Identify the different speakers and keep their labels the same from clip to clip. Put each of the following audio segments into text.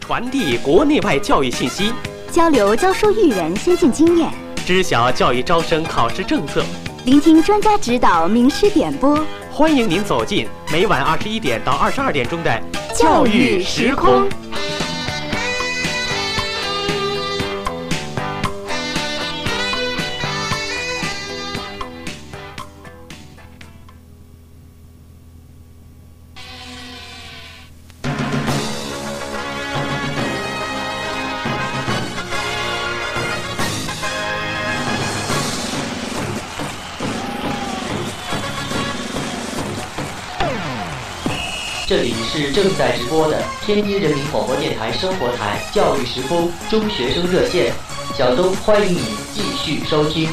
Speaker 1: 传递国内外教育信息，
Speaker 2: 交流教书育人先进经验，
Speaker 1: 知晓教育招生考试政策。
Speaker 2: 聆听专家指导、名师点拨。
Speaker 1: 欢迎您走进每晚二十一点到二十二点钟的
Speaker 2: 教育时空。
Speaker 3: 这里是正在直播的天津人民广播电台生活台教育时空中学生热线，小东欢迎你继续收听。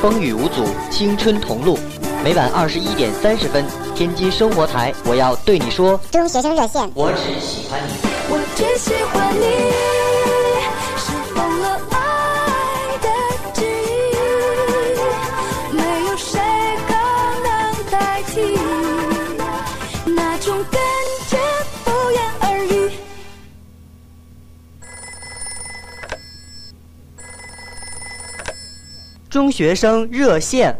Speaker 3: 风雨无阻，青春同路。每晚二十一点三十分，天津生活台，我要对你说，
Speaker 4: 中学生热线，
Speaker 3: 我只喜欢你。
Speaker 5: 我只喜欢你，是忘了爱的记忆，没有谁更能代替那种感觉，不言而喻。
Speaker 3: 中学生热线。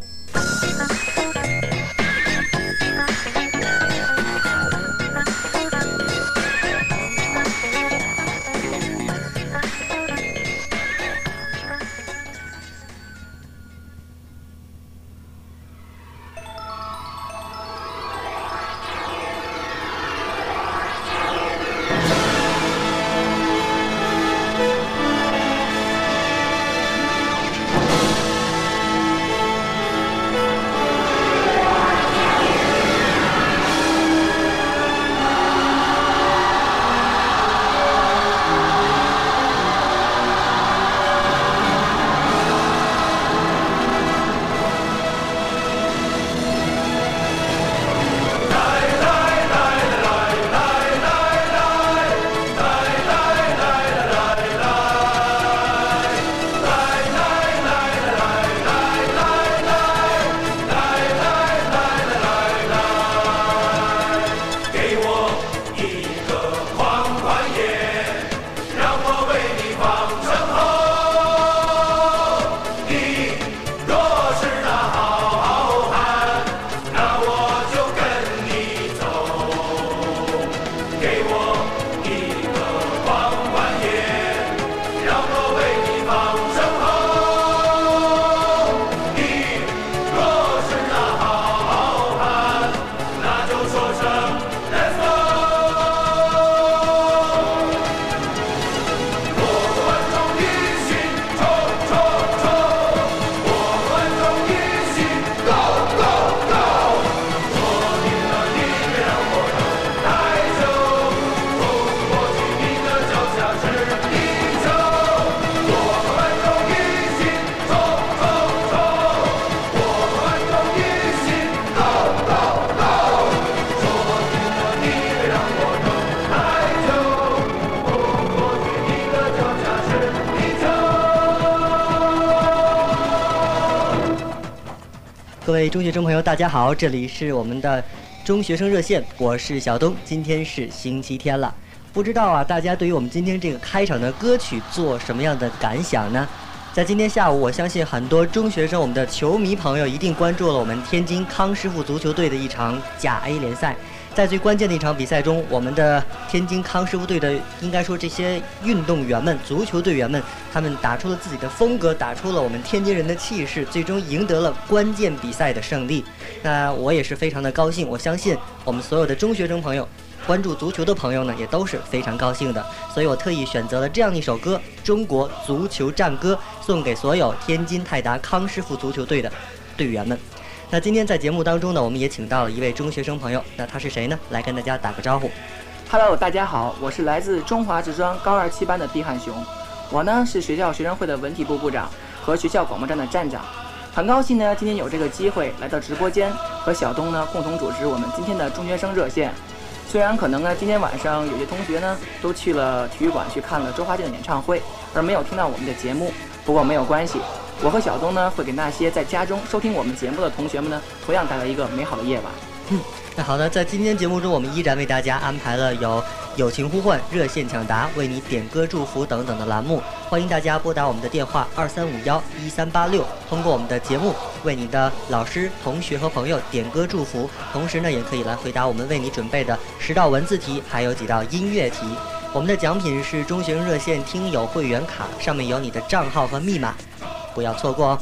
Speaker 6: 嗯
Speaker 3: 各位中学生朋友，大家好，这里是我们的中学生热线，我是小东。今天是星期天了，不知道啊，大家对于我们今天这个开场的歌曲做什么样的感想呢？在今天下午，我相信很多中学生，我们的球迷朋友一定关注了我们天津康师傅足球队的一场甲 A 联赛。在最关键的一场比赛中，我们的天津康师傅队的，应该说这些运动员们、足球队员们，他们打出了自己的风格，打出了我们天津人的气势，最终赢得了关键比赛的胜利。那我也是非常的高兴，我相信我们所有的中学生朋友。关注足球的朋友呢，也都是非常高兴的，所以我特意选择了这样一首歌《中国足球战歌》，送给所有天津泰达康师傅足球队的队员们。那今天在节目当中呢，我们也请到了一位中学生朋友，那他是谁呢？来跟大家打个招呼。
Speaker 7: Hello，大家好，我是来自中华职专高二七班的毕汉雄，我呢是学校学生会的文体部部长和学校广播站的站长，很高兴呢今天有这个机会来到直播间和小东呢共同主持我们今天的中学生热线。虽然可能呢，今天晚上有些同学呢都去了体育馆去看了周华健的演唱会，而没有听到我们的节目，不过没有关系，我和小东呢会给那些在家中收听我们节目的同学们呢，同样带来一个美好的夜晚。
Speaker 3: 那好的，在今天节目中，我们依然为大家安排了有友情呼唤、热线抢答、为你点歌祝福等等的栏目，欢迎大家拨打我们的电话二三五幺一三八六，通过我们的节目为你的老师、同学和朋友点歌祝福，同时呢，也可以来回答我们为你准备的十道文字题，还有几道音乐题。我们的奖品是中学生热线听友会员卡，上面有你的账号和密码，不要错过哦。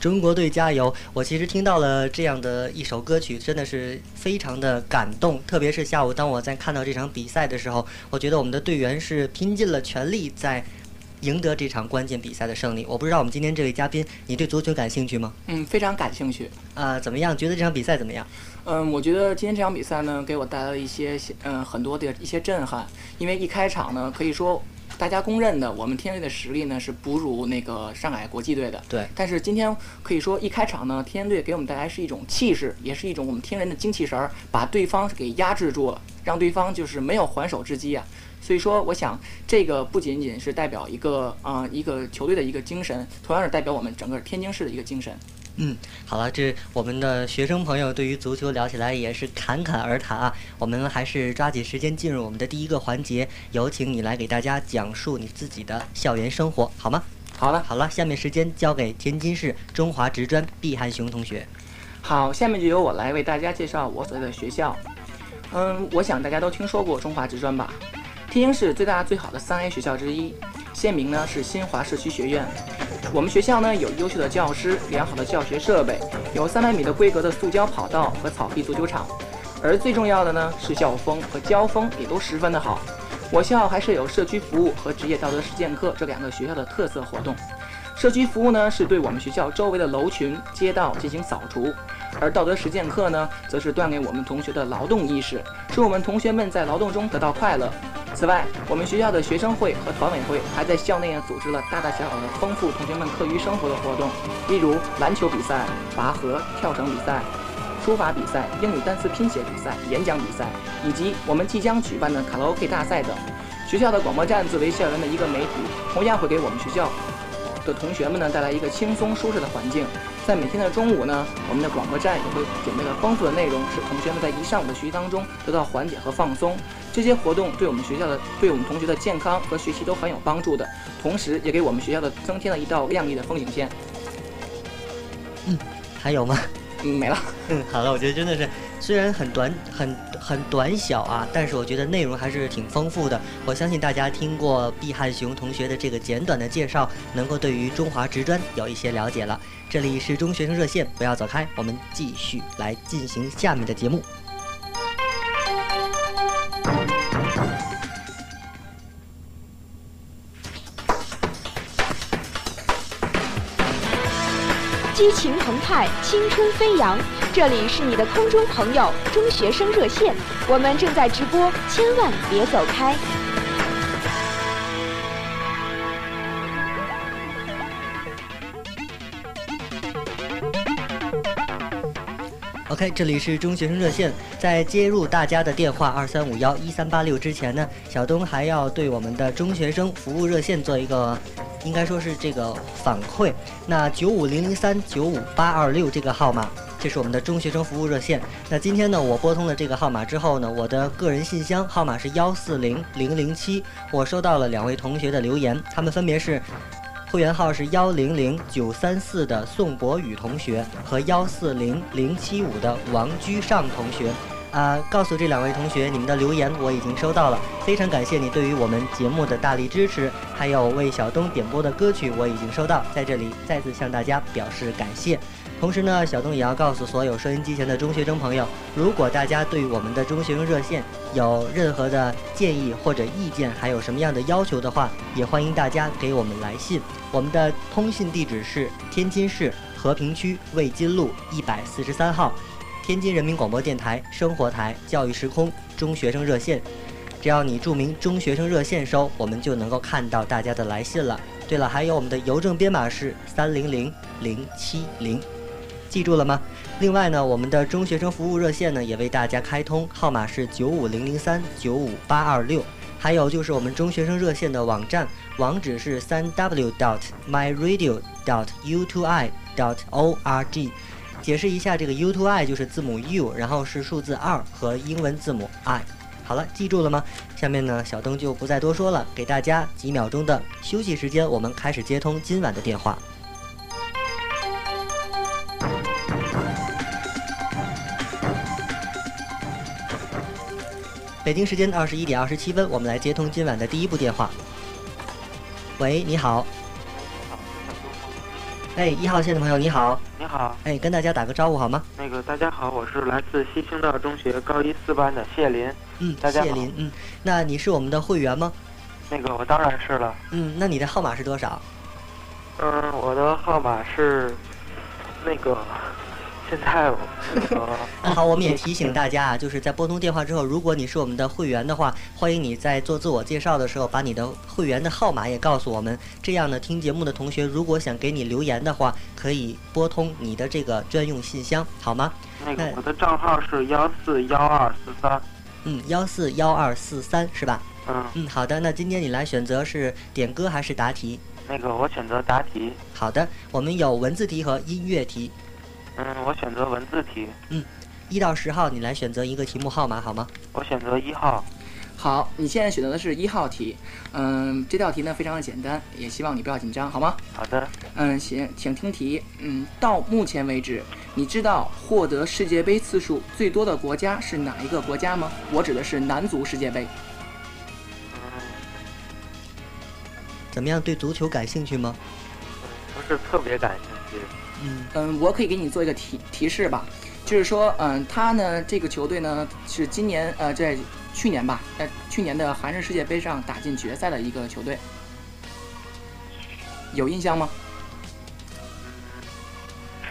Speaker 3: 中国队加油！我其实听到了这样的一首歌曲，真的是非常的感动。特别是下午当我在看到这场比赛的时候，我觉得我们的队员是拼尽了全力在赢得这场关键比赛的胜利。我不知道我们今天这位嘉宾，你对足球感兴趣吗？
Speaker 7: 嗯，非常感兴趣。
Speaker 3: 啊、怎么样？觉得这场比赛怎么样？
Speaker 7: 嗯，我觉得今天这场比赛呢，给我带来了一些嗯很多的一些震撼，因为一开场呢，可以说大家公认的我们天津队的实力呢是不如那个上海国际队的。
Speaker 3: 对
Speaker 7: 但是今天可以说一开场呢，天津队给我们带来是一种气势，也是一种我们天人的精气神儿，把对方给压制住了，让对方就是没有还手之机啊。所以说，我想这个不仅仅是代表一个啊、一个球队的一个精神，同样是代表我们整个天津市的一个精神。
Speaker 3: 嗯，好了，这我们的学生朋友对于足球聊起来也是侃侃而谈啊。我们还是抓紧时间进入我们的第一个环节，有请你来给大家讲述你自己的校园生活，好吗？
Speaker 7: 好了，
Speaker 3: 好了，下面时间交给天津市中华职专毕汉雄同学。
Speaker 7: 好，下面就由我来为大家介绍我所在的学校。嗯，我想大家都听说过中华职专吧？天津市最大最好的三 A 学校之一，县名呢是新华社区学院。我们学校呢有优秀的教师、良好的教学设备，有三百米的规格的塑胶跑道和草地足球场，而最重要的呢是校风和教风也都十分的好。我校还设有社区服务和职业道德实践课这两个学校的特色活动。社区服务呢是对我们学校周围的楼群、街道进行扫除，而道德实践课呢，则是锻炼我们同学的劳动意识，使我们同学们在劳动中得到快乐。此外，我们学校的学生会和团委会还在校内啊组织了大大小小的丰富同学们课余生活的活动，例如篮球比赛、拔河、跳绳比赛、书法比赛、英语单词拼写比赛、演讲比赛，以及我们即将举办的卡拉 OK 大赛等。学校的广播站作为校园的一个媒体，同样会给我们学校的同学们呢带来一个轻松舒适的环境。在每天的中午呢，我们的广播站也会准备了丰富的内容，使同学们在一上午的学习当中得到缓解和放松。这些活动对我们学校的、对我们同学的健康和学习都很有帮助的，同时也给我们学校的增添了一道亮丽的风景线。
Speaker 3: 还有吗？
Speaker 7: 嗯，没了。
Speaker 3: 嗯，好了，我觉得真的是，虽然很短、很很短小啊，但是我觉得内容还是挺丰富的。我相信大家听过毕汉雄同学的这个简短的介绍，能够对于中华职专有一些了解了。这里是中学生热线，不要走开，我们继续来进行下面的节目。
Speaker 4: 激情澎湃，青春飞扬。这里是你的空中朋友中学生热线，我们正在直播，千万别走开。
Speaker 3: OK，这里是中学生热线，在接入大家的电话二三五幺一三八六之前呢，小东还要对我们的中学生服务热线做一个，应该说是这个反馈。那九五零零三九五八二六这个号码，这是我们的中学生服务热线。那今天呢，我拨通了这个号码之后呢，我的个人信箱号码是幺四零零零七，我收到了两位同学的留言，他们分别是会员号是幺零零九三四的宋博宇同学和幺四零零七五的王居上同学。啊、告诉这两位同学，你们的留言我已经收到了，非常感谢你对于我们节目的大力支持，还有为小东点播的歌曲我已经收到，在这里再次向大家表示感谢。同时呢，小东也要告诉所有收音机前的中学生朋友，如果大家对我们的中学生热线有任何的建议或者意见，还有什么样的要求的话，也欢迎大家给我们来信。我们的通信地址是天津市和平区卫津路一百四十三号，天津人民广播电台生活台教育时空中学生热线。只要你注明“中学生热线收”，我们就能够看到大家的来信了。对了，还有我们的邮政编码是三零零零七零。记住了吗？另外呢，我们的中学生服务热线呢也为大家开通，号码是九五零零三九五八二六。还有就是我们中学生热线的网站，网址是三 w dot myradio dot u t i dot o r g。解释一下，这个 u t i 就是字母 u，然后是数字二和英文字母 i。好了，记住了吗？下面呢，小灯就不再多说了，给大家几秒钟的休息时间，我们开始接通今晚的电话。北京时间二十一点二十七分，我们来接通今晚的第一部电话。喂，你好。哎，一号线的朋友你好，
Speaker 8: 你好，
Speaker 3: 哎，跟大家打个招呼好吗？
Speaker 8: 那个大家好，我是来自西青道中学高一四班的谢林。
Speaker 3: 嗯，
Speaker 8: 大家好
Speaker 3: 谢林，嗯，那你是我们的会员吗？
Speaker 8: 那个我当然是啊了，
Speaker 3: 嗯，那你的号码是多少？
Speaker 8: 嗯，我的号码是那个，现在我呃那个
Speaker 3: 那 好，我们也提醒大家啊，就是在拨通电话之后，如果你是我们的会员的话，欢迎你在做自我介绍的时候把你的会员的号码也告诉我们。这样呢，听节目的同学如果想给你留言的话，可以拨通你的这个专用信箱，好吗？
Speaker 8: 那
Speaker 3: 哎
Speaker 8: 个我的账号是幺四幺二四三。
Speaker 3: 嗯，幺四幺二四三是吧？
Speaker 8: 嗯，
Speaker 3: 嗯，好的。那今天你来选择是点歌还是答题？
Speaker 8: 那个我选择答题，
Speaker 3: 好的，我们有文字题和音乐题。嗯
Speaker 8: 嗯，我选择文字题，
Speaker 3: 一到十号，你来选择一个题目号码好吗？
Speaker 8: 我选择一号。
Speaker 7: 好，你现在选择的是一号题，嗯，这道题呢非常的简单，也希望你不要紧张，好吗？
Speaker 8: 好的，
Speaker 7: 嗯，行，请听题。嗯，到目前为止，你知道获得世界杯次数最多的国家是哪一个国家吗？我指的是男足世界杯。
Speaker 8: 嗯
Speaker 3: 怎么样？对足球感兴趣吗？
Speaker 8: 不是特别感兴趣。
Speaker 3: 嗯
Speaker 7: 嗯，我可以给你做一个提提示吧，就是说，嗯，他呢这个球队呢是今年呃在去年吧，在去年的韩日世界杯上打进决赛的一个球队，有印象吗？
Speaker 8: 嗯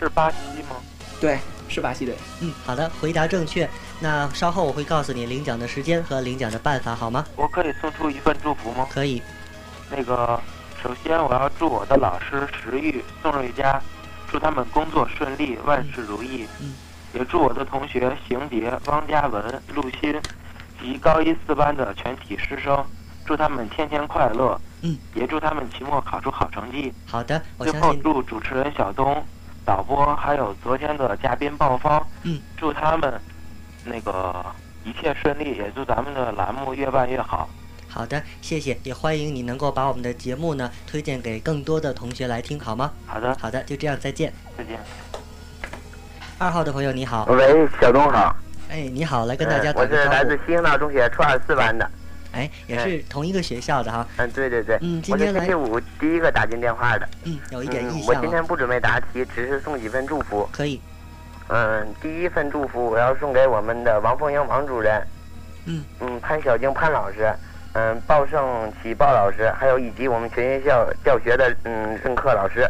Speaker 8: 是巴西吗？
Speaker 7: 对，是巴西队。
Speaker 3: 嗯，好的，回答正确。那稍后我会告诉你领奖的时间和领奖的办法好吗？
Speaker 8: 我可以送出一份祝福吗？
Speaker 3: 可以。
Speaker 8: 那个，首先我要祝我的老师石玉、宋瑞佳，祝他们工作顺利，万事如意。
Speaker 3: 嗯
Speaker 8: 也祝我的同学邢杰、汪嘉文、陆欣及高一四班的全体师生，祝他们天天快乐。
Speaker 3: 嗯。
Speaker 8: 也祝他们期末考出好成绩。
Speaker 3: 好的，我
Speaker 8: 最
Speaker 3: 相
Speaker 8: 后
Speaker 3: 信
Speaker 8: 祝主持人小东、导播还有昨天的嘉宾鲍方，
Speaker 3: 嗯，
Speaker 8: 祝他们那个一切顺利，也祝咱们的栏目越办越好。
Speaker 3: 好的，谢谢，也欢迎你能够把我们的节目呢推荐给更多的同学来听好吗？
Speaker 8: 好的，
Speaker 3: 好的，就这样，再见。
Speaker 8: 再见。
Speaker 3: 二号的朋友你好，
Speaker 9: 喂，小东好，
Speaker 3: 哎，你好，来跟大家
Speaker 9: 嗯我
Speaker 3: 打
Speaker 9: 是
Speaker 3: 个
Speaker 9: 来
Speaker 3: 招
Speaker 9: 自
Speaker 3: 呼。
Speaker 9: 西兴道中学初二四班的，
Speaker 3: 哎，也是同一个学校的哈，
Speaker 9: 嗯，对对对，
Speaker 3: 嗯今
Speaker 9: 我是
Speaker 3: 天来
Speaker 9: 星期五第一个打进电话的，
Speaker 3: 嗯，有一点
Speaker 9: 嗯
Speaker 3: 印，
Speaker 9: 我
Speaker 3: 象
Speaker 9: 今
Speaker 3: 了，
Speaker 9: 天不准备答题，只是送几份祝福，
Speaker 3: 可以，
Speaker 9: 嗯，第一份祝福我要送给我们的王凤英王主任，
Speaker 3: 嗯
Speaker 9: 嗯，潘小静潘老师，嗯，鲍胜启鲍老师，还有以及我们全学校教学的嗯任课老师，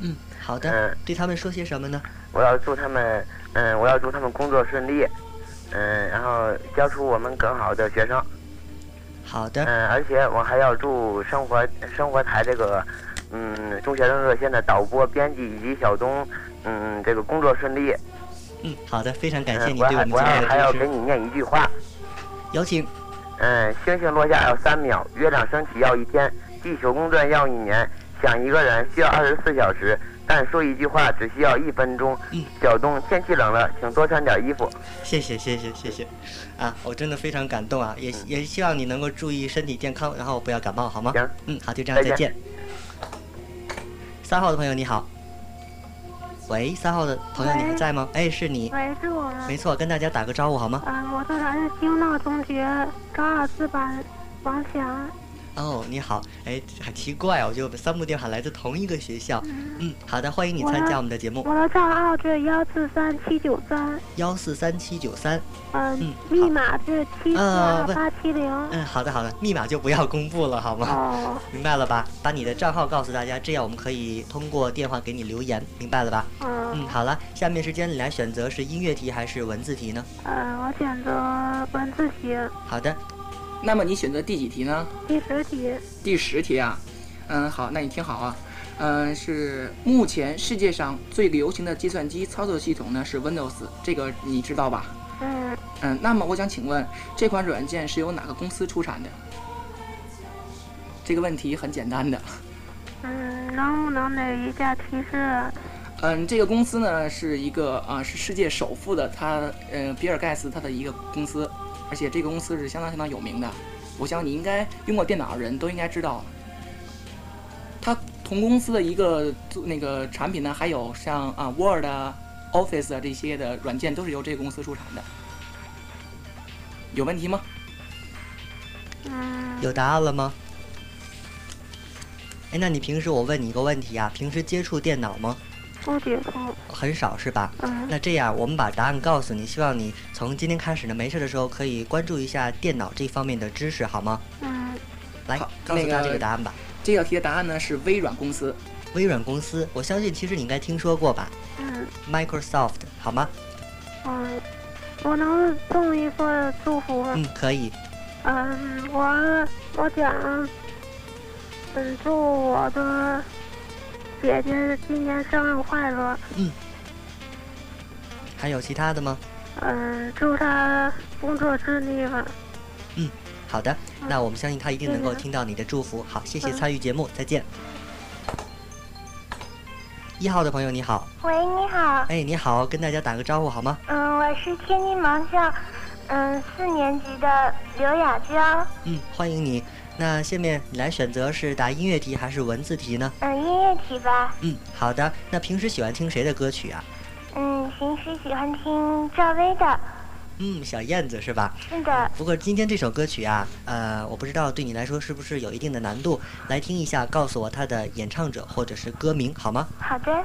Speaker 3: 嗯，好的，
Speaker 9: 嗯，
Speaker 3: 对他们说些什么呢？
Speaker 9: 我要祝他们，嗯，我要祝他们工作顺利，嗯，然后教出我们更好的学生。
Speaker 3: 好的，
Speaker 9: 嗯，而且我还要祝生活生活台这个，嗯，中学生热线的导播、编辑以及小东，嗯，这个工作顺利。
Speaker 3: 嗯，好的，非常感
Speaker 9: 嗯，
Speaker 3: 谢
Speaker 8: 哎
Speaker 3: 你
Speaker 9: 我
Speaker 3: 对我
Speaker 9: 还
Speaker 3: 们
Speaker 9: 我
Speaker 3: 今
Speaker 9: 还
Speaker 3: 天
Speaker 9: 还要
Speaker 3: 的支
Speaker 9: 给
Speaker 3: 持，
Speaker 9: 你念一句话，
Speaker 3: 有请。
Speaker 9: 嗯，星星落下要三秒，月亮升起要一天，地球公转要一年，想一个人需要二十四小时，但说一句话只需要一分钟。
Speaker 3: 嗯
Speaker 9: 小东，天气冷了，请多穿点衣服。
Speaker 3: 谢谢谢谢谢谢，啊，我真的非常感动啊，也也希望你能够注意身体健康，然后不要感冒，好吗？
Speaker 9: 行，
Speaker 3: 嗯，好，就这样，
Speaker 9: 再
Speaker 3: 再见。三号的朋友你好，喂，三号的朋友，你还
Speaker 6: 喂
Speaker 3: 在吗？哎，是你，
Speaker 6: 喂，是我吗？
Speaker 3: 没错，跟大家打个招呼好吗？
Speaker 6: 啊，我是来自京闹中学高二四班王翔。
Speaker 3: 哦，你好，哎，很奇怪哦，就三部电喊来自同一个学校。嗯，好的，欢迎你
Speaker 6: 我
Speaker 3: 参
Speaker 6: 呢
Speaker 3: 加我们的节目，
Speaker 6: 我的账号是幺四三七九三，
Speaker 3: 幺四三七九三。嗯
Speaker 6: 嗯，密码是七四
Speaker 3: 呃
Speaker 6: 二
Speaker 3: 不
Speaker 6: 八七零。
Speaker 3: 嗯，好的好的，密码就不要公布了好吗？
Speaker 6: 哦，
Speaker 3: 明白了吧？把你的账号告诉大家，这样我们可以通过电话给你留言，明白了吧？
Speaker 6: 嗯
Speaker 3: 嗯，，好了，下面时间你来选择是音乐题还是文字题呢？
Speaker 6: 呃，我选择文字题，
Speaker 3: 好的，
Speaker 7: 那么你选择第几题呢？
Speaker 6: 第十题，
Speaker 7: 第十题啊，嗯，好，那你听好啊，嗯，是目前世界上最流行的计算机操作系统呢是 Windows，这个你知道吧？
Speaker 6: 嗯，
Speaker 7: 嗯，那么我想请问，这款软件是由哪个公司出产的？这个问题很简单的，
Speaker 6: 嗯，能不能给一下提示？啊
Speaker 7: 嗯，这个公司呢是一个啊、是世界首富的他，呃，比尔盖茨他的一个公司，而且这个公司是相当相当有名的，我想你应该用过电脑的人都应该知道。他同公司的一个做那个产品呢，还有像啊 Word 啊、Office 啊这些的软件都是由这个公司出产的，有问题吗？
Speaker 6: 嗯，
Speaker 3: 有答案了吗？哎，那你平时我问你一个问题啊，平时接触电脑吗？
Speaker 6: 不解封，
Speaker 3: 很少是吧？
Speaker 6: 嗯，
Speaker 3: 那这样，我们把答案告诉你，希望你从今天开始呢，没事的时候可以关注一下电脑这方面的知识，好吗？
Speaker 6: 嗯，
Speaker 3: 来
Speaker 7: 好，
Speaker 3: 告诉
Speaker 7: 那
Speaker 3: 他
Speaker 7: 个
Speaker 3: 这个答案吧。
Speaker 7: 这道题的答案呢是微软公司。
Speaker 3: 微软公司，我相信其实你应该听说过吧
Speaker 6: 嗯，
Speaker 3: ，Microsoft，好吗？
Speaker 6: 嗯，我能送一份祝福吗？
Speaker 3: 嗯，可以。
Speaker 6: 嗯，我我想，嗯，祝我的姐姐今年生日快乐。
Speaker 3: 嗯还有其他的吗？
Speaker 6: 嗯，祝她工作顺利吧。
Speaker 3: 嗯好的，那我们相信他一定能够
Speaker 6: 嗯
Speaker 3: 听到你的祝福。好，谢谢参与节目，再见。一号的朋友你好，
Speaker 6: 喂，你好，
Speaker 3: 哎，你好，跟大家打个招呼好吗？
Speaker 6: 嗯，我是天津盲校，嗯，四年级的刘雅娇，
Speaker 3: 嗯，欢迎你。那下面你来选择是答音乐题还是文字题呢？
Speaker 6: 嗯，音乐题吧。
Speaker 3: 嗯，好的。那平时喜欢听谁的歌曲啊？
Speaker 6: 嗯，平时喜欢听赵薇的，
Speaker 3: 嗯，小燕子是吧？
Speaker 6: 是的，
Speaker 3: 不过今天这首歌曲啊，呃，我不知道对你来说是不是有一定的难度，来听一下，告诉我它的演唱者或者是歌名好吗？
Speaker 6: 好的。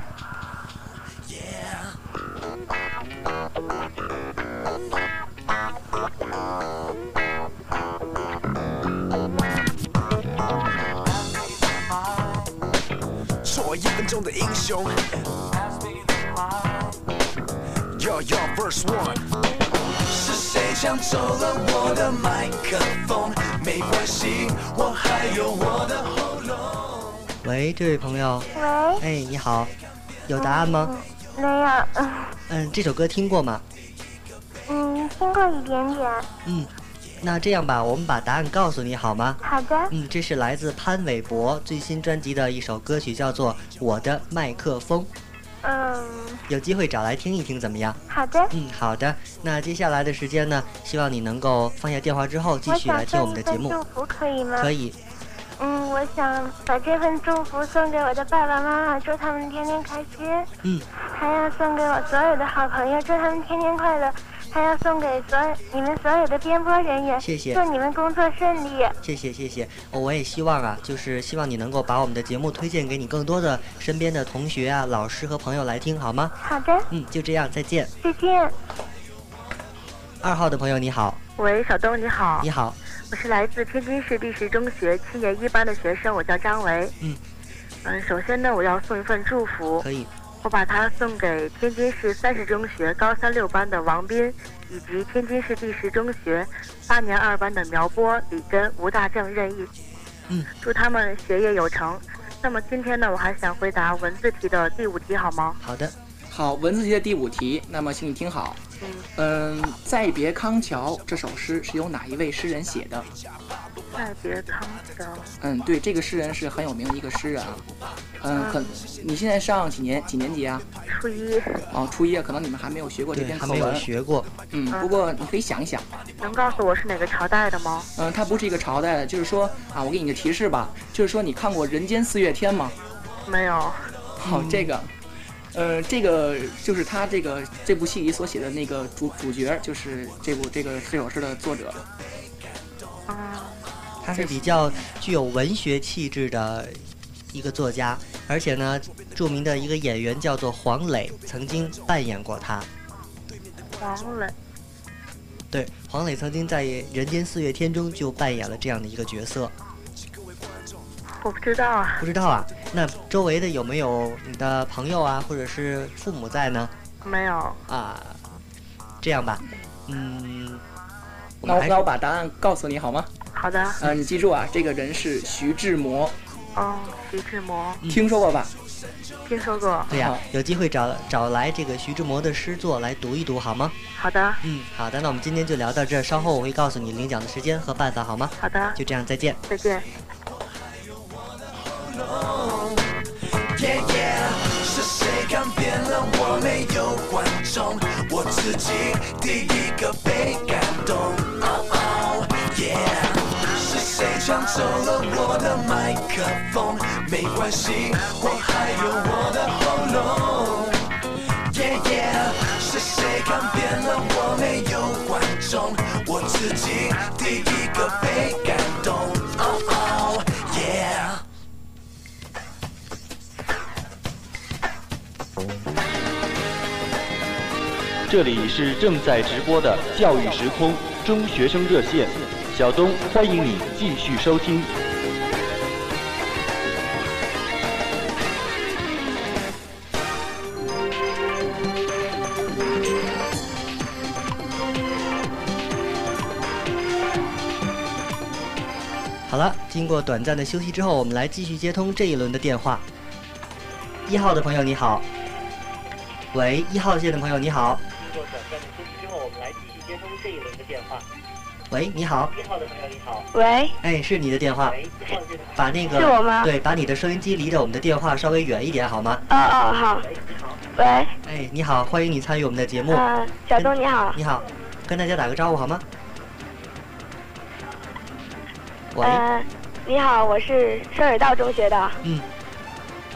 Speaker 10: 做我一分钟的英雄。Yo yo first one，是谁抢走了我的麦克风？没关系，我还有我的喉咙。
Speaker 3: 喂，这位朋友，
Speaker 6: 喂，
Speaker 3: 哎，你好，有答案吗？
Speaker 6: 没有，嗯
Speaker 3: 嗯，这首歌听过吗？
Speaker 6: 嗯，听过一点点。
Speaker 3: 嗯，那这样吧，我们把答案告诉你好吗？
Speaker 6: 好的，
Speaker 3: 嗯，这是来自潘玮柏最新专辑的一首歌曲，叫做《我的麦克风》，
Speaker 6: 嗯。
Speaker 3: 有机会找来听一听怎么样？
Speaker 6: 好的，
Speaker 3: 嗯，好的。那接下来的时间呢，希望你能够放下电话之后，继
Speaker 6: 我
Speaker 3: 续来
Speaker 6: 想
Speaker 3: 听我
Speaker 6: 送
Speaker 3: 们
Speaker 6: 一
Speaker 3: 的节
Speaker 6: 份
Speaker 3: 目。
Speaker 6: 祝福，可以吗？
Speaker 3: 可
Speaker 6: 以。
Speaker 3: 以，
Speaker 6: 嗯，我想把这份祝福送给我的爸爸妈妈，祝他们天天开心。
Speaker 3: 嗯。
Speaker 6: 还要送给我所有的好朋友，祝他们天天快乐。还要送给所有你们所有的编播人员，
Speaker 3: 谢谢
Speaker 6: 祝你们工作顺利。
Speaker 3: 谢谢谢谢、哦我也希望啊，就是希望你能够把我们的节目推荐给你更多的身边的同学啊、老师和朋友来听，好吗？
Speaker 6: 好的，
Speaker 3: 嗯，就这样，再见。
Speaker 6: 再见。
Speaker 3: 二号的朋友你好，
Speaker 11: 喂，小东你好，
Speaker 3: 你好，
Speaker 11: 我是来自天津市第十中学七年一班的学生，我叫张维。
Speaker 3: 嗯，
Speaker 11: 嗯，首先呢，我要送一份祝福，
Speaker 3: 可以，
Speaker 11: 我把它送给天津市三十中学高三六班的王斌，以及天津市第十中学八年二班的苗波、李根、吴大正、任意。
Speaker 3: 嗯，
Speaker 11: 祝他们学业有成。那么今天呢，我还想回答文字题的第五题，好吗？
Speaker 3: 好的，
Speaker 7: 好，文字题的第五题，那么请你听好。嗯，《再别康桥》这首诗是由哪一位诗人写的？
Speaker 11: 再别康桥，
Speaker 7: 嗯，对，这个诗人是很有名的一个诗人啊。嗯，很，你现在上几年几年级啊？
Speaker 11: 初一
Speaker 7: 哦，初一啊，可能你们还没有学过这
Speaker 3: 对，
Speaker 7: 篇
Speaker 3: 还
Speaker 7: 课
Speaker 3: 没有
Speaker 7: 文。
Speaker 3: 学过，
Speaker 7: 嗯，不过你可以想一想，
Speaker 11: 能告诉我是哪个朝代的吗？
Speaker 7: 嗯，它不是一个朝代的，就是说啊，我给你个提示吧，就是说你看过《人间四月天》吗？嗯
Speaker 12: 嗯
Speaker 11: 没有。
Speaker 7: 好，这个，呃，这个就是他这个这部戏里所写的那个主主角，就是这部这个这首诗的作者。
Speaker 3: 他是比较具有文学气质的一个作家，而且呢，著名的一个演员叫做黄磊，曾经扮演过他。
Speaker 11: 黄磊，
Speaker 3: 对，黄磊曾经在《人间四月天》中就扮演了这样的一个角色。
Speaker 11: 我不知道啊。
Speaker 3: 不知道啊，那周围的有没有你的朋友啊，或者是父母在呢？
Speaker 11: 没有。
Speaker 3: 啊，这样吧，嗯，
Speaker 7: 那我那我把答案告诉你好吗？
Speaker 11: 好的。
Speaker 7: 呃，你记住啊，这个人是徐志摩，
Speaker 11: 哦，徐志摩，
Speaker 3: 嗯
Speaker 7: 听说过吧？
Speaker 11: 听说过。
Speaker 3: 对呀、有机会找找来这个徐志摩的诗作来读一读好吗？
Speaker 11: 好的，
Speaker 3: 嗯，好的，那我们今天就聊到这儿，稍后我会告诉你领奖的时间和办法好吗？
Speaker 11: 好的
Speaker 3: 就这样，再见。
Speaker 11: 再见。
Speaker 10: Yeah, yeah，是谁改变了我没有观众？我自己第一个被感动。Oh oh yeah，是谁抢走了我的麦克风？没关系，我还有我的喉咙。Yeah yeah，是谁改变了我没有观众？我自己第一个被感动。Oh oh yeah。
Speaker 13: 这里是正在直播的教育时空中学生热线，小东欢迎你继续收听。
Speaker 3: 好了，经过短暂的休息之后，我们来继续接通这一轮的电话。一号的朋友你好，喂，一号线的朋友你好，
Speaker 14: 经过短暂的休息之后，我们来继续接通这一轮的电话。
Speaker 3: 喂，你好，
Speaker 14: 一号的朋友你好，
Speaker 15: 喂，
Speaker 3: 哎，是你的电话，把那个
Speaker 15: 是我吗
Speaker 3: 对，把你的收音机离着我们的电话稍微远一点好吗？
Speaker 15: 哦哦好，喂，
Speaker 3: 哎，你好，欢迎你参与我们的节目。
Speaker 15: 啊、小东你好，
Speaker 3: 你好，跟大家打个招呼好吗？喂，
Speaker 15: 呃，你好，我是圣水道中学的，
Speaker 3: 嗯，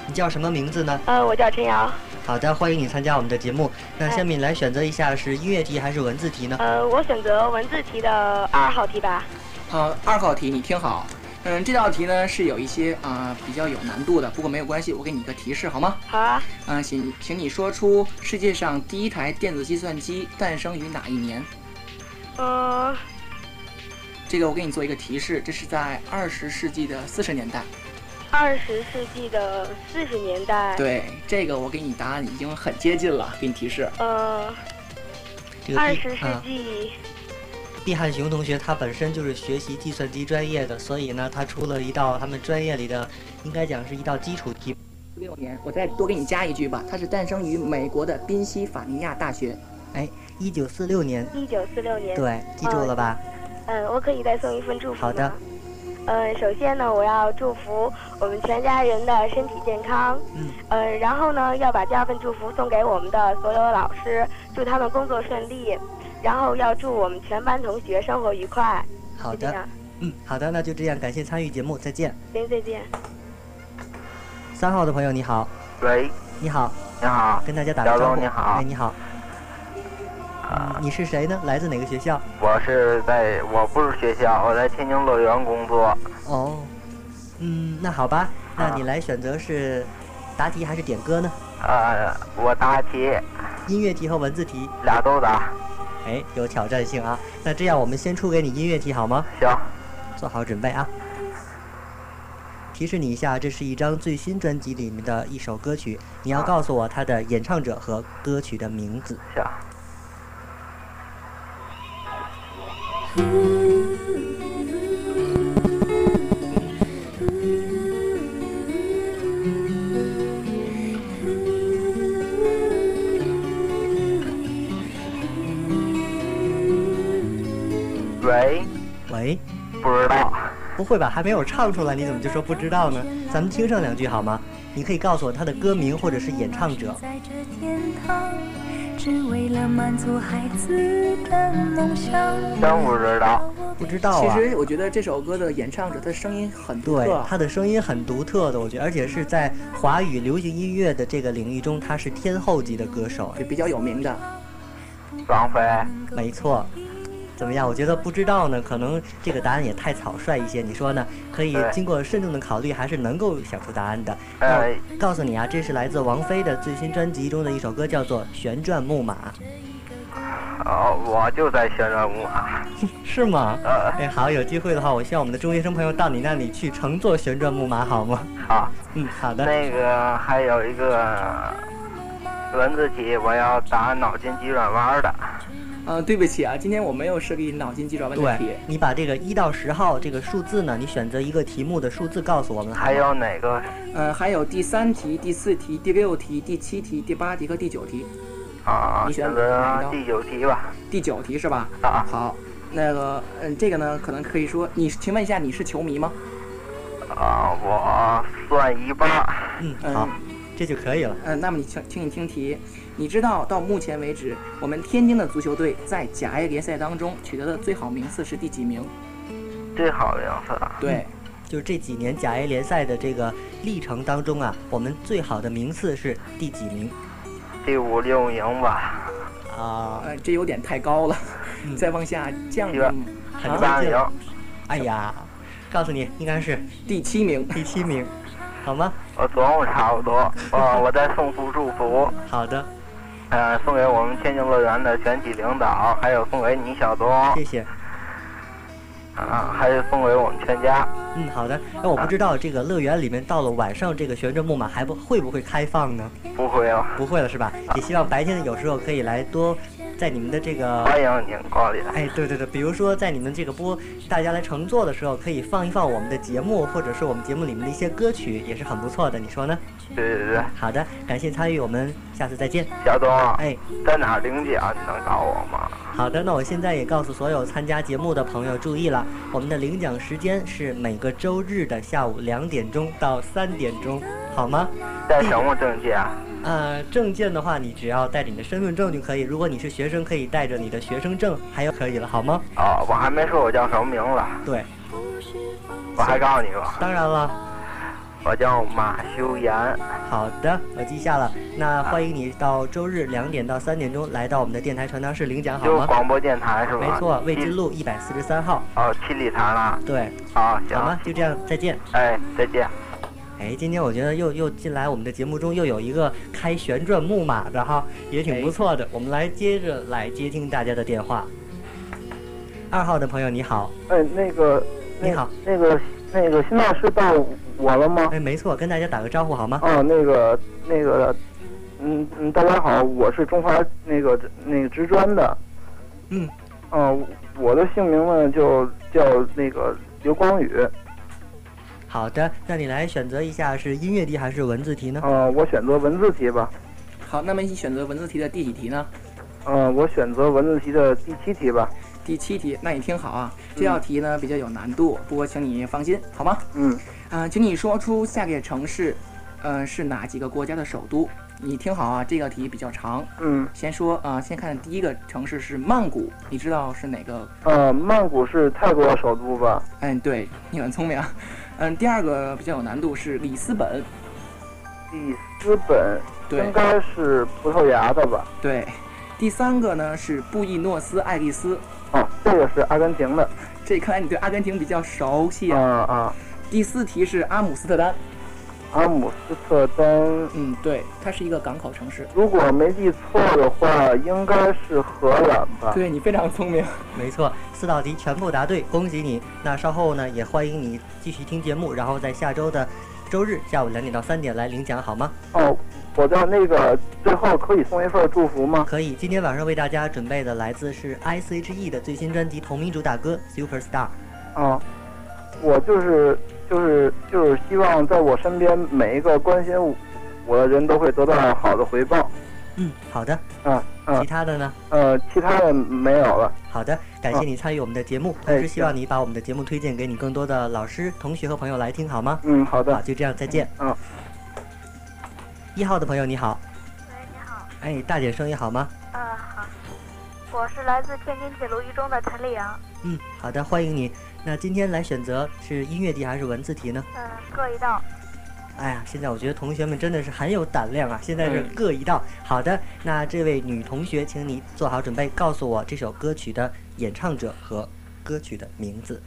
Speaker 3: 你叫什么名字呢？
Speaker 15: 呃，我叫陈瑶，哎
Speaker 3: 好的，欢迎你参加我们的节目。那下面来选择一下是音乐题还是文字题呢？
Speaker 15: 呃，我选择文字题的二号题吧，
Speaker 7: 好，二号题你听好，嗯，这道题呢是有一些啊、比较有难度的，不过没有关系，我给你一个提示好吗？
Speaker 15: 好啊，
Speaker 7: 嗯、请请你说出世界上第一台电子计算机诞生于哪一年？
Speaker 15: 嗯、
Speaker 7: 这个我给你做一个提示，这是在二十世纪的四十年代。
Speaker 15: 二十世纪的四十年代，，
Speaker 7: 对，这个我给你答案已经很接近了，给你提示。
Speaker 15: 呃，
Speaker 3: 这个
Speaker 15: 二
Speaker 3: 毕
Speaker 15: 十世
Speaker 3: 啊
Speaker 15: 纪，
Speaker 3: 毕汉雄同学他本身就是学习计算机专业的，所以呢，他出了一道他们专业里的，应该讲是一道基础题。
Speaker 7: 六年，我再多给你加一句吧，它是诞生于美国的宾夕法尼亚大学。
Speaker 3: 哎，一九四六年，
Speaker 15: 一九四六年，
Speaker 3: 对，哎记住了吧？
Speaker 15: 嗯，我可以再送一份祝福。
Speaker 3: 好的。，
Speaker 15: 嗯，首先呢，我要祝福我们全家人的身体健康。
Speaker 3: 嗯。
Speaker 15: 呃，然后呢，要把第二份祝福送给我们的所有老师，祝他们工作顺利。然后要祝我们全班同学生活愉快。
Speaker 3: 好
Speaker 15: 就这
Speaker 3: 的
Speaker 15: 样，
Speaker 3: 嗯，好的，那就这样，感谢参与节目，再见。
Speaker 15: 行，再见。
Speaker 3: 三号的朋友你好，
Speaker 9: 喂，
Speaker 3: 你好，
Speaker 9: 你好，
Speaker 3: 跟大家打个
Speaker 9: 小
Speaker 3: 招
Speaker 9: 龙
Speaker 3: 呼。
Speaker 9: 你好啊
Speaker 3: 哎，你好。嗯你是谁呢？来自哪个学校？
Speaker 9: 我是在我不是学校，我在天津乐园工作。
Speaker 3: 哦，嗯，那好吧，
Speaker 9: 啊
Speaker 3: 那你来选择是答题还是点歌呢？
Speaker 9: 呃，我答题，
Speaker 3: 音乐题和文字题
Speaker 9: 俩都答。
Speaker 3: 哎，有挑战性啊！那这样我们先出给你音乐题好吗？
Speaker 9: 行，
Speaker 3: 做好准备啊！提示你一下，这是一张最新专辑里面的一首歌曲，你
Speaker 9: 啊
Speaker 3: 要告诉我它的演唱者和歌曲的名字。
Speaker 9: 行。喂，
Speaker 3: 喂，
Speaker 9: 不知道，
Speaker 3: 不会吧？还没有唱出来，你怎么就说不知道呢？咱们听上两句好吗？你可以告诉我它的歌名或者是演唱者。
Speaker 5: 在这天堂，只为了满足孩子的梦想。
Speaker 9: 真不知道。
Speaker 3: 不知道啊。
Speaker 7: 其实我觉得这首歌的演唱者，他的声音很独
Speaker 3: 对
Speaker 7: 特，，啊
Speaker 3: 他的声音很独特的，我觉得，而且是在华语流行音乐的这个领域中，他是天后级的歌手，
Speaker 7: 就比较有名的。
Speaker 8: 王菲，
Speaker 3: 没错。怎么样？我觉得不知道呢，可能这个答案也太草率一些，你说呢？可以
Speaker 8: 对
Speaker 3: 经过慎重的考虑，还是能够想出答案的。那
Speaker 8: 呃，
Speaker 3: 我告诉你啊，这是来自王菲的最新专辑中的一首歌，叫做《旋转木马
Speaker 8: 哦，我就在旋转木马。》，
Speaker 3: 是吗？
Speaker 7: 呃
Speaker 3: 哎，好，有机会的话，我希望我们的中学生朋友到你那里去乘坐旋转木马，好吗？
Speaker 8: 好，
Speaker 3: 嗯，好的。
Speaker 8: 啊那个还有一个文字题，我要答脑筋急转弯的。
Speaker 7: 呃，对不起啊，今天我没有设计脑筋急转弯的题
Speaker 3: 对。，你把这个一到十号这个数字呢，你选择一个题目的数字告诉我们。
Speaker 8: 还有哪个？
Speaker 7: 呃，还有第三题、第四题、第六题、第七题、第八题和第九题。
Speaker 8: 啊，
Speaker 7: 你选
Speaker 8: 选
Speaker 7: 哪
Speaker 8: 择
Speaker 7: 一道
Speaker 8: 第九题吧。
Speaker 7: 第九题是吧？啊，好，那个，嗯，这个呢，可能可以说，你请问一下，你是球迷吗？
Speaker 8: 啊，我算一半。
Speaker 3: 嗯，
Speaker 7: 好，
Speaker 3: 这就可以了。
Speaker 7: 嗯，那么你请，请你听题。你知道到目前为止，我们天津的足球队在甲 A 联赛当中取得的最好名次是第几名？
Speaker 8: 最好的样子。
Speaker 7: 对，
Speaker 3: 嗯就是这几年甲 A 联赛的这个历程当中啊，我们最好的名次是第几名？
Speaker 8: 第五六名吧。
Speaker 3: 啊，嗯
Speaker 7: 呃，这有点太高了， 再往下降嗯
Speaker 8: 第八
Speaker 3: 很
Speaker 8: 第八
Speaker 3: 接近了
Speaker 8: 名。
Speaker 3: 哎呀，告诉你，应该是
Speaker 7: 第七名，
Speaker 3: 第七名，好吗？
Speaker 8: 我总共差不多。呃，我再送出祝福。
Speaker 3: 好的，
Speaker 8: 呃，送给我们天津乐园的全体领导，还有送给你小东，
Speaker 3: 谢谢。
Speaker 8: 啊，还有送给我们全家。
Speaker 3: 嗯，好的。那我不知道这个乐园里面到了晚上，这个旋转木马还不会不会开放呢？
Speaker 8: 不会哦了，
Speaker 3: 不会了是吧？
Speaker 8: 啊
Speaker 3: 也希望白天有时候可以来多在你们的这个
Speaker 8: 欢迎您光临。
Speaker 3: 哎，对对对，比如说在你们这个播，大家来乘坐的时候，可以放一放我们的节目，或者是我们节目里面的一些歌曲，也是很不错的，你说呢？
Speaker 8: 对对对，
Speaker 3: 好的，感谢参与，我们下次再见。
Speaker 8: 小东，
Speaker 3: 哎，
Speaker 8: 在哪儿领奖？你能告诉我吗？
Speaker 3: 好的，那我现在也告诉所有参加节目的朋友注意了，我们的领奖时间是每个周日的下午两点钟到三点钟，好吗？
Speaker 8: 带什么证件？
Speaker 3: 呃，证件的话，你只要带着你的身份证就可以。如果你是学生，可以带着你的学生证，还有可以了，好吗？
Speaker 8: 哦，我还没说我叫什么名字，
Speaker 3: 对，
Speaker 8: 我还告诉你吧，
Speaker 3: 当然了。
Speaker 8: 我叫马修言。
Speaker 3: 好的，我记下了。那欢迎你到周日两点到三点钟来到我们的电台传达室领奖，好
Speaker 8: 就是
Speaker 3: 吗？
Speaker 8: 广播电台是吧？
Speaker 3: 没错，
Speaker 8: 七
Speaker 3: 未知。路一百四十三号。
Speaker 8: 哦，七里台了。
Speaker 3: 对，
Speaker 8: 啊，
Speaker 3: 好吗
Speaker 8: 行，？
Speaker 3: 就这样，再见。
Speaker 8: 哎，再见。
Speaker 3: 哎，今天我觉得又又进来我们的节目中又有一个开旋转木马的哈，也挺不错的。我们来接着来接听大家的电话。二号的朋友你好，
Speaker 12: 哎，那个，那
Speaker 3: 你好，
Speaker 12: 那个那个，现在是到我了吗？
Speaker 3: 哎，没错，跟大家打个招呼好吗？
Speaker 12: 哦，那个那个，嗯嗯，大家好，我是中华那个那个职专的，
Speaker 3: 嗯，
Speaker 12: 嗯、我的姓名呢就叫那个刘光宇，
Speaker 3: 好的，那你来选择一下是音乐题还是文字题呢？
Speaker 12: 呃，我选择文字题吧，
Speaker 7: 好，那么你选择文字题的第几题呢？
Speaker 12: 呃，我选择文字题的第七题吧，嗯
Speaker 7: 第七题，那你听好啊，这道题呢比较有难度，不过请你放心，好吗？
Speaker 12: 嗯，
Speaker 7: 呃，请你说出下列城市，呃，是哪几个国家的首都？你听好啊，这个题比较长。
Speaker 12: 嗯，
Speaker 7: 先说啊、呃先看第一个城市是曼谷，你知道是哪个？
Speaker 12: 呃，曼谷是泰国首都吧？
Speaker 7: 嗯，对，你很聪明啊。嗯，第二个比较有难度是里斯本。
Speaker 12: 里斯本
Speaker 7: 对
Speaker 12: 应该是葡萄牙的吧？
Speaker 7: 对，第三个呢是布宜诺斯艾利斯。
Speaker 12: 哦，这个是阿根廷的。
Speaker 7: 这看来你对阿根廷比较熟悉
Speaker 12: 啊
Speaker 7: 啊。
Speaker 12: 啊，
Speaker 7: 第四题是阿姆斯特丹。
Speaker 12: 阿姆斯特丹，
Speaker 7: 嗯，对，它是一个港口城市。
Speaker 12: 如果没记错的话，应该是荷兰吧？
Speaker 7: 对你非常聪明。
Speaker 3: 没错，四道题全部答对，恭喜你。那稍后呢，也欢迎你继续听节目，然后在下周的周日下午两点到三点来领奖，好吗？
Speaker 12: 哦，我在那个最后可以送一份祝福吗？
Speaker 3: 可以。今天晚上为大家准备的来自是 S.H.E E 的最新专辑同名主打歌《Super Star》。
Speaker 12: 啊，我就是就是就是希望在我身边每一个关心我我的人都会得到好的回报。
Speaker 3: 嗯，好的。
Speaker 12: 嗯嗯
Speaker 3: 其他的呢？
Speaker 12: 呃，其他的没有了。嗯哎
Speaker 3: 好的，感谢你参与我们的节目，同时希望你把我们的节目推荐给你更多的老师、同学和朋友来听，好吗？
Speaker 12: 嗯，好的。
Speaker 3: 好，就这样，再见。
Speaker 12: 嗯。
Speaker 3: 一号的朋友你好。喂，你好。哎，大点声音好吗？
Speaker 6: 呃，好，
Speaker 16: 嗯我是来自天津铁路一中的陈丽阳，
Speaker 3: 嗯，好的，欢迎你。那今天来选择是音乐题还是文字题呢？
Speaker 16: 嗯，各一道。
Speaker 3: 哎呀，现在我觉得同学们真的是很有胆量啊！现在是各一道。好的，那这位女同学，请你做好准备，告诉我这首歌曲的演唱者和歌曲的名字。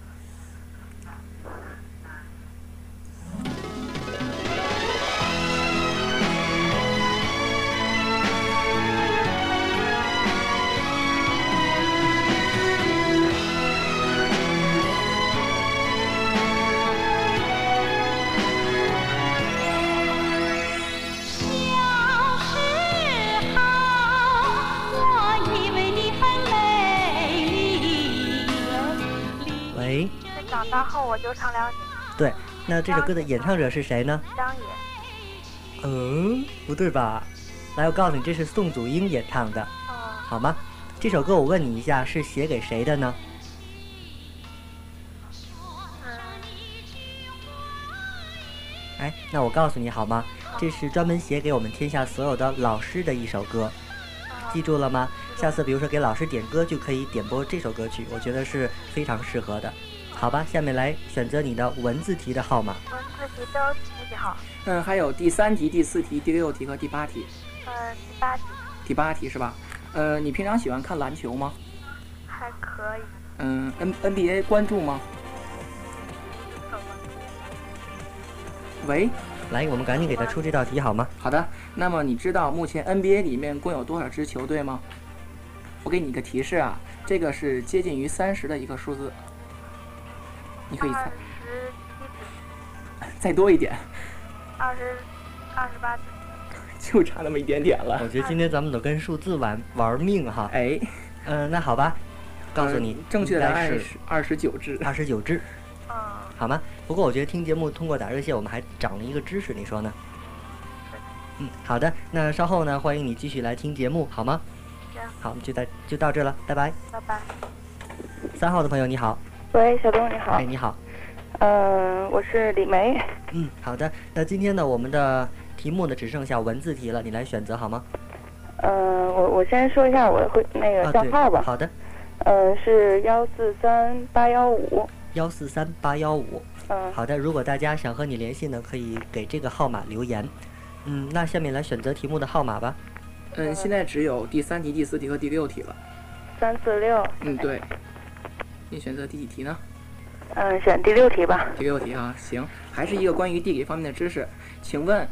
Speaker 5: 小时候，我以为你很美丽。
Speaker 3: 喂，
Speaker 16: 是长大后我就成了你，
Speaker 3: 对，那这首歌的演唱者是谁呢？
Speaker 16: 张也。
Speaker 3: 嗯，不对吧？来，我告诉你，这是宋祖英演唱的，
Speaker 10: 哦
Speaker 3: 好吗？这首歌我问你一下，是写给谁的呢？哎，那我告诉你好吗？这是专门写给我们天下所有的老师的一首歌，记住了吗？下次比如说给老师点歌，就可以点播这首歌曲，我觉得是非常适合的。好吧，下面来选择你的文字题的号码。
Speaker 16: 文字题都自己好。
Speaker 7: 嗯，还有第三题、第四题、第六题和第八题，
Speaker 6: 呃
Speaker 16: 嗯，第八题
Speaker 7: 第八题是吧？呃，你平常喜欢看篮球吗？
Speaker 16: 还可以，
Speaker 7: 嗯，N NBA 关注吗？喂，
Speaker 3: 来，我们赶紧给他出这道题好吗？
Speaker 7: 好的，那么你知道目前 NBA 里面共有多少支球队吗？我给你一个提示啊，这个是接近于三十的一个数字，你可以猜
Speaker 16: 十七题，
Speaker 7: 再多一点，
Speaker 16: 二十，二十八题。
Speaker 7: 就差那么一点点了。
Speaker 3: 我觉得今天咱们都跟数字玩玩命哈。
Speaker 7: 哎，
Speaker 3: 嗯、那好吧，告诉你，
Speaker 7: 嗯正确答案是
Speaker 3: 二
Speaker 7: 十九只，
Speaker 3: 二十九只，
Speaker 17: 啊
Speaker 3: 好吗？不过我觉得听节目通过打热线，我们还长了一个知识，你说呢？嗯，好的，那稍后呢，欢迎你继续来听节目，好吗？
Speaker 16: 行，
Speaker 3: 好，我们就在就到这了，拜拜。
Speaker 16: 拜拜。
Speaker 3: 三号的朋友你好，
Speaker 17: 喂，小东你好
Speaker 3: 哎，，你好，
Speaker 17: 嗯、我是李梅，
Speaker 3: 嗯，好的，那今天呢，我们的题目呢只剩下文字题了，你来选择好吗？
Speaker 17: 嗯、我我先说一下我会那个
Speaker 3: 啊，
Speaker 17: 账
Speaker 3: 对，
Speaker 17: 号吧，
Speaker 3: 好的，
Speaker 17: 嗯、是幺四三八幺五，
Speaker 3: 幺四三八幺五。
Speaker 17: 嗯，
Speaker 3: 好的，如果大家想和你联系呢，可以给这个号码留言。嗯，那下面来选择题目的号码吧。
Speaker 7: 嗯，现在只有第三题、第四题和第六题了。
Speaker 17: 三四六，
Speaker 7: 嗯，对。你选择第几题呢？
Speaker 17: 嗯、选第六题吧，
Speaker 7: 第六题啊，行，还是一个关于地理方面的知识。请问，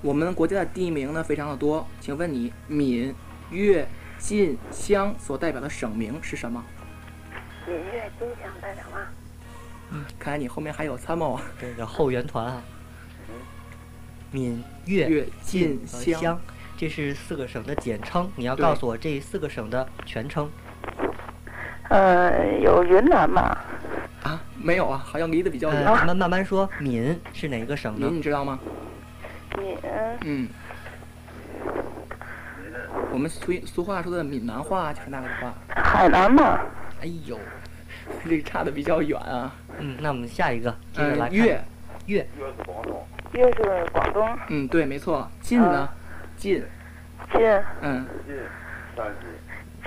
Speaker 7: 我们国家的地名呢非常的多，请问你闽、粤、晋、湘所代表的省名是什么？
Speaker 17: 闽粤金祥代表吗？
Speaker 7: 看来你后面还有参谋啊。
Speaker 3: 嗯这个后援团啊，闽粤
Speaker 7: 粤
Speaker 3: 晋
Speaker 7: 晋
Speaker 3: 和
Speaker 7: 湘
Speaker 3: 湘，这是四个省的简称。你要
Speaker 7: 对
Speaker 3: 告诉我这四个省的全称。
Speaker 17: 嗯，有云南吧？
Speaker 7: 啊，没有啊，好像离得比较
Speaker 3: 呃，
Speaker 7: 远。啊
Speaker 3: 咱们慢慢说，闽是哪个省呢？
Speaker 7: 闽你知道吗？
Speaker 17: 闽，
Speaker 7: 嗯，我们俗俗话说的闽南话就是那个话。
Speaker 17: 海南嘛。
Speaker 7: 哎呦， 这差的比较远啊。
Speaker 3: 嗯，那我们下一个，
Speaker 17: 接着来看
Speaker 7: 粤
Speaker 3: 粤
Speaker 7: 粤是广东。
Speaker 17: 又是广东，
Speaker 7: 嗯，对，没错。晋呢？晋，
Speaker 17: 啊晋，
Speaker 7: 嗯，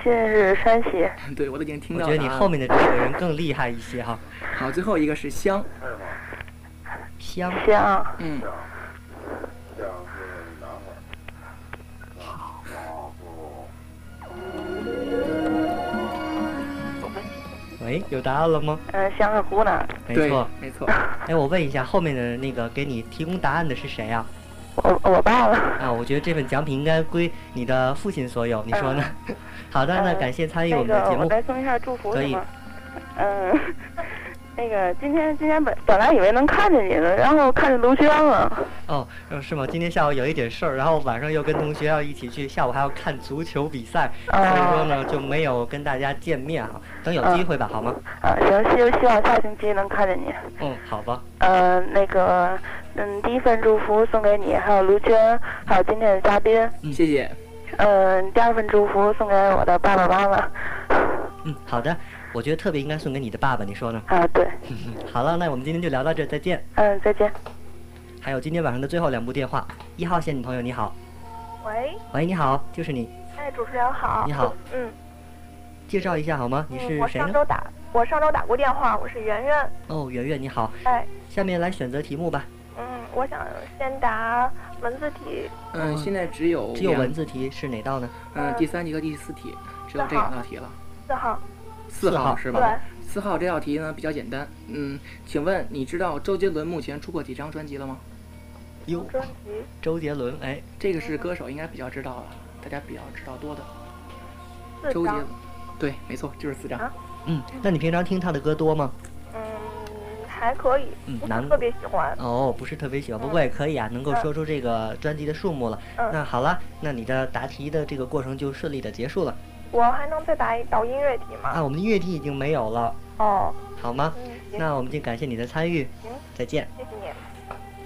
Speaker 17: 晋是山西，
Speaker 7: 对，我都已经听
Speaker 3: 我
Speaker 7: 到。
Speaker 3: 觉得你后面的这个人更厉害一些哈。
Speaker 7: 好，最后一个是湘。
Speaker 3: 湘
Speaker 17: 湘，
Speaker 7: 嗯。
Speaker 3: 喂，有答案了吗？
Speaker 17: 嗯，湘是湖南，
Speaker 3: 没错，
Speaker 7: 没错。
Speaker 3: 哎，我问一下，后面的那个给你提供答案的是谁啊？
Speaker 17: 我我爸爸。
Speaker 3: 啊，我觉得这份奖品应该归你的父亲所有，你说呢？ 好的，那感谢参与我们的节
Speaker 17: 嗯那个、
Speaker 3: 目
Speaker 17: 我。再送一下祝福
Speaker 3: 可以
Speaker 17: 行吗？嗯，那个今天今天本本来以为能看见你了，然后看见卢轩了。
Speaker 3: 哦，呃是吗？今天下午有一点事儿，然后晚上又跟同学要一起去，下午还要看足球比赛，
Speaker 17: 哦
Speaker 3: 所以说呢就没有跟大家见面哈。等有机会吧，好吗？
Speaker 17: 啊，行，希希望下星期能看见你。
Speaker 3: 嗯，好吧。
Speaker 17: 呃，那个，嗯，第一份祝福送给你，还有卢娟，还有今天的嘉宾。
Speaker 7: 谢谢。
Speaker 17: 嗯，第二份祝福送给我的爸爸妈妈。
Speaker 3: 嗯，好的。我觉得特别应该送给你的爸爸，你说呢？
Speaker 17: 啊，对。
Speaker 3: 好了，那我们今天就聊到这儿，再见。
Speaker 17: 嗯，再见。
Speaker 3: 还有今天晚上的最后两部电话，一号线女朋友你好，
Speaker 16: 喂，
Speaker 3: 喂，你好，就是你，
Speaker 16: 哎，主持人好。
Speaker 3: 你好。
Speaker 16: 嗯，
Speaker 3: 介绍一下好吗？你是
Speaker 6: 嗯我
Speaker 3: 谁
Speaker 6: 上
Speaker 3: 呢？
Speaker 6: 周打，我上周打过电话，我是圆圆。
Speaker 3: 哦，圆圆你好，
Speaker 6: 哎，
Speaker 3: 下面来选择题目吧。
Speaker 6: 嗯，我想先答文字题。
Speaker 7: 嗯，现在只有
Speaker 3: 哦只有
Speaker 7: 两
Speaker 3: 文字题是哪道呢？
Speaker 7: 嗯，第三题和第四题只有这两道题了。
Speaker 6: 四号，
Speaker 7: 四
Speaker 3: 号
Speaker 7: 号是吧？四号这道题呢比较简单。嗯，请问你知道周杰伦目前出过几张专辑了吗？
Speaker 3: 哟，
Speaker 6: 专辑
Speaker 3: 周杰伦，哎，
Speaker 7: 这个是歌手应该比较知道了，大家比较知道多的。
Speaker 6: 四
Speaker 7: 周杰
Speaker 6: 张
Speaker 7: 伦，，对，没错，就是四张。
Speaker 3: 嗯，那你平常听他的歌多吗？
Speaker 6: 嗯，还可以，
Speaker 3: 嗯
Speaker 6: 不
Speaker 3: 难
Speaker 6: 是特别喜欢。
Speaker 3: 哦，不是特别喜欢，不过也可以啊，能够说出这个专辑的数目了。
Speaker 6: 嗯
Speaker 3: 那好了，那你的答题的这个过程就顺利的结束了。
Speaker 6: 我还能再答一道音乐题吗？
Speaker 3: 啊，我们的音乐题已经没有了，
Speaker 6: 嗯哦，
Speaker 3: 好吗？
Speaker 6: 行
Speaker 3: 那我们就感谢你的参与，
Speaker 6: 行，
Speaker 3: 再见。
Speaker 6: 谢谢你。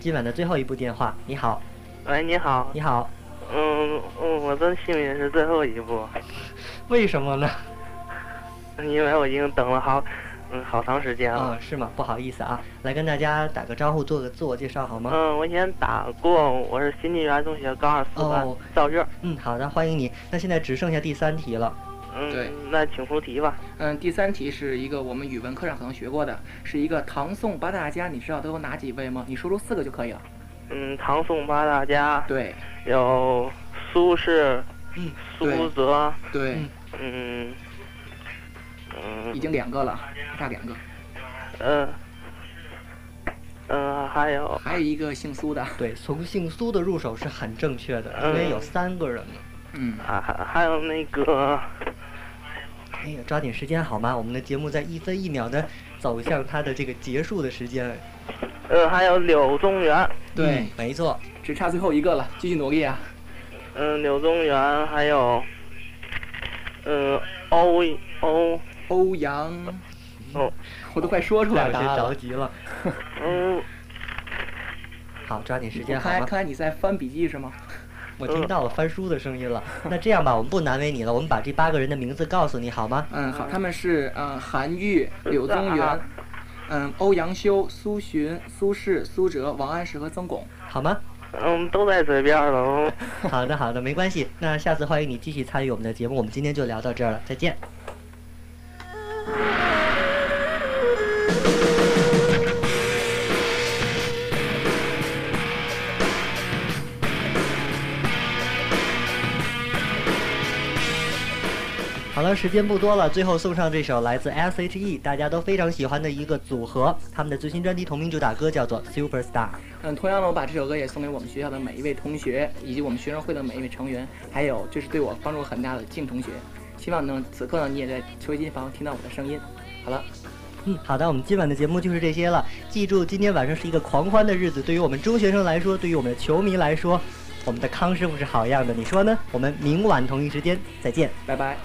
Speaker 3: 今晚的最后一部电话，你好，
Speaker 12: 喂，你好。
Speaker 3: 你好，
Speaker 12: 嗯嗯，我的幸运是最后一步，
Speaker 3: 为什么呢？
Speaker 12: 因为我已经等了好，嗯，好长时间了。
Speaker 3: 啊，是吗？不好意思啊，来跟大家打个招呼，做个自我介绍好吗？
Speaker 12: 嗯，我以前打过，我是新纪元中学高二四班
Speaker 3: 哦
Speaker 12: 赵月。
Speaker 3: 嗯，好的，欢迎你。那现在只剩下第三题了，
Speaker 12: 嗯，
Speaker 7: 对，
Speaker 12: 那请出题吧。
Speaker 7: 嗯，第三题是一个我们语文课上可能学过的，是一个唐宋八大家，你知道都有哪几位吗？你说出四个就可以了。
Speaker 12: 嗯，唐宋八大家
Speaker 7: 对，
Speaker 12: 有苏轼、
Speaker 3: 嗯
Speaker 12: 苏辙，
Speaker 7: 对，
Speaker 12: 嗯嗯，
Speaker 7: 已经两个了，差两个。
Speaker 12: 嗯嗯，还有
Speaker 7: 还有一个姓苏的，
Speaker 3: 对，从姓苏的入手是很正确的，因为有三个人呢。
Speaker 7: 嗯，
Speaker 12: 嗯啊还还还有那个，
Speaker 3: 哎呀，抓紧时间好吗？我们的节目在一分一秒的走向它的这个结束的时间。
Speaker 12: 呃，还有柳宗元，
Speaker 7: 对
Speaker 3: 嗯没错，
Speaker 7: 只差最后一个了，继续努力啊。
Speaker 12: 嗯，柳宗元，还有，嗯，欧欧
Speaker 7: 欧阳，
Speaker 12: 哦，
Speaker 7: 我都快说出来
Speaker 3: 有些
Speaker 7: 答案
Speaker 3: 着
Speaker 7: 了。
Speaker 3: 急了。
Speaker 12: 嗯，
Speaker 3: 好，抓紧时
Speaker 7: 我
Speaker 3: 间好
Speaker 7: 看来
Speaker 3: 吗？
Speaker 7: 看来你在翻笔记是 吗？
Speaker 3: 我听到了翻书的声音了。那这样吧，我们不难为你了，我们把这八个人的名字告诉你好吗？
Speaker 7: 嗯，好，他们是呃韩愈、柳宗
Speaker 12: 啊
Speaker 7: 元，嗯，欧阳修、苏洵、苏轼、苏辙、王安石和曾巩。
Speaker 3: 好吗？
Speaker 12: 嗯，都在嘴边了哦。
Speaker 3: 好的，好的，没关系。那下次欢迎你继续参与我们的节目，我们今天就聊到这儿了，再见。好了，时间不多了，最后送上这首来自 S.H.E 大家都非常喜欢的一个组合，他们的最新专辑同名主打歌叫做《Superstar》。
Speaker 7: 嗯，同样呢，我把这首歌也送给我们学校的每一位同学，以及我们学生会的每一位成员，还有就是对我帮助很大的静同学。希望呢，此刻呢，你也在收音机旁听到我的声音。好了，
Speaker 3: 嗯，好的，我们今晚的节目就是这些了。记住，今天晚上是一个狂欢的日子，对于我们中学生来说，对于我们的球迷来说，我们的康师傅是好样的，你说呢？我们明晚同一时间再见。
Speaker 7: 拜拜。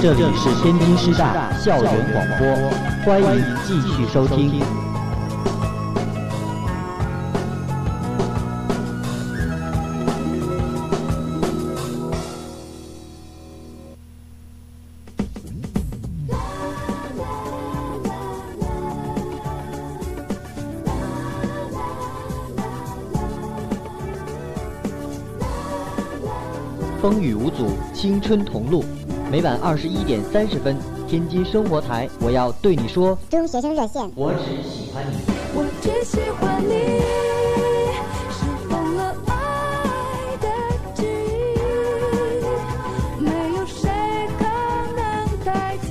Speaker 18: 这里是天津师大校园广播，欢迎继续收听。风雨无阻，青春同路。每晚二十一点三十分，天津生活台，我要对你说，
Speaker 10: 中学生热线，
Speaker 18: 我只喜欢你。
Speaker 10: 我只喜欢你，是疯了爱的记忆，没有谁可能代替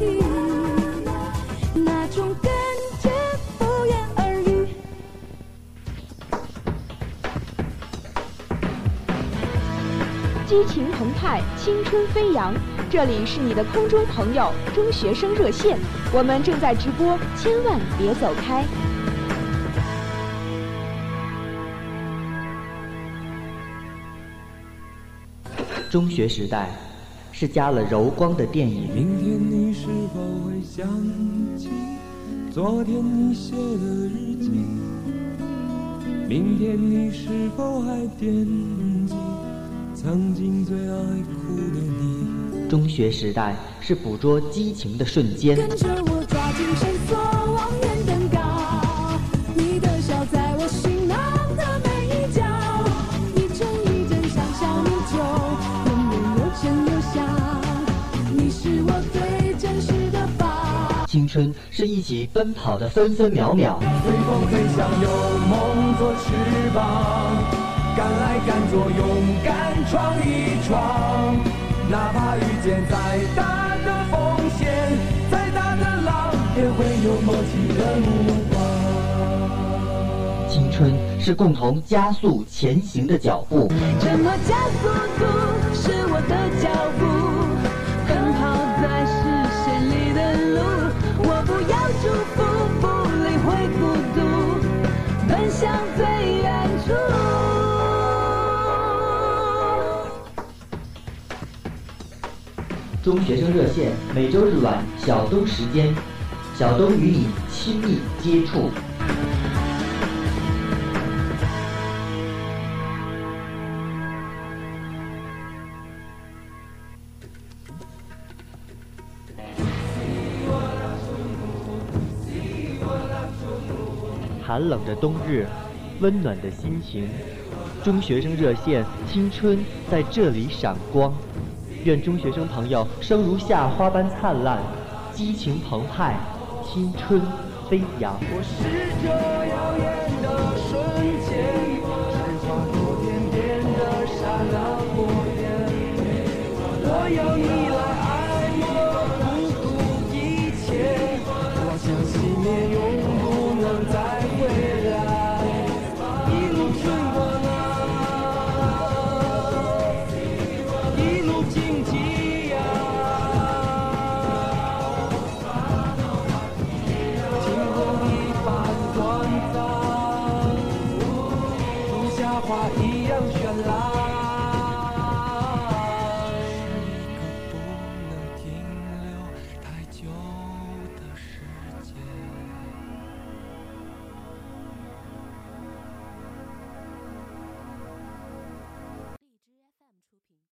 Speaker 10: 那种感觉，不言而喻。
Speaker 4: 激情澎湃，青春飞扬。这里是你的空中朋友中学生热线，我们正在直播，千万别走开。
Speaker 18: 中学时代
Speaker 19: 是加了柔光的电影。
Speaker 10: 明天你是否会想起昨天你写的日记？明天你是否还惦记曾经最爱哭的你？
Speaker 3: 中学时代是捕捉激情的瞬间，
Speaker 20: 跟着我抓紧绳索，往远登高。你的笑在我行囊的每一角，一针一针想象你就永远有真有想。你是我最真实的宝。
Speaker 3: 青春是一起奔跑的分分秒秒，
Speaker 10: 随风飞翔，有梦做翅膀，敢爱敢做，勇敢闯一闯。哪怕遇见再大的风险，再大的浪，也会有默契的目光。
Speaker 3: 青春是共同加速前行的脚步。
Speaker 20: 这么加速度是我的脚步，奔跑在视线里的路，我不要祝福，不理会孤独，奔向最远处。
Speaker 3: 中学生热线每周日晚小东时间，小东与你亲密接触。
Speaker 21: 寒冷的冬日，温暖的心情，中学生热线青春在这里闪光。愿中学生朋友生如夏花般灿烂，激情澎湃，青春飞扬。
Speaker 10: 是这耀眼的瞬间，是穿过点点的刹那火焰。我要你来爱我，不顾一切。我想熄灭，永不能再回来，一路春光啊，一路。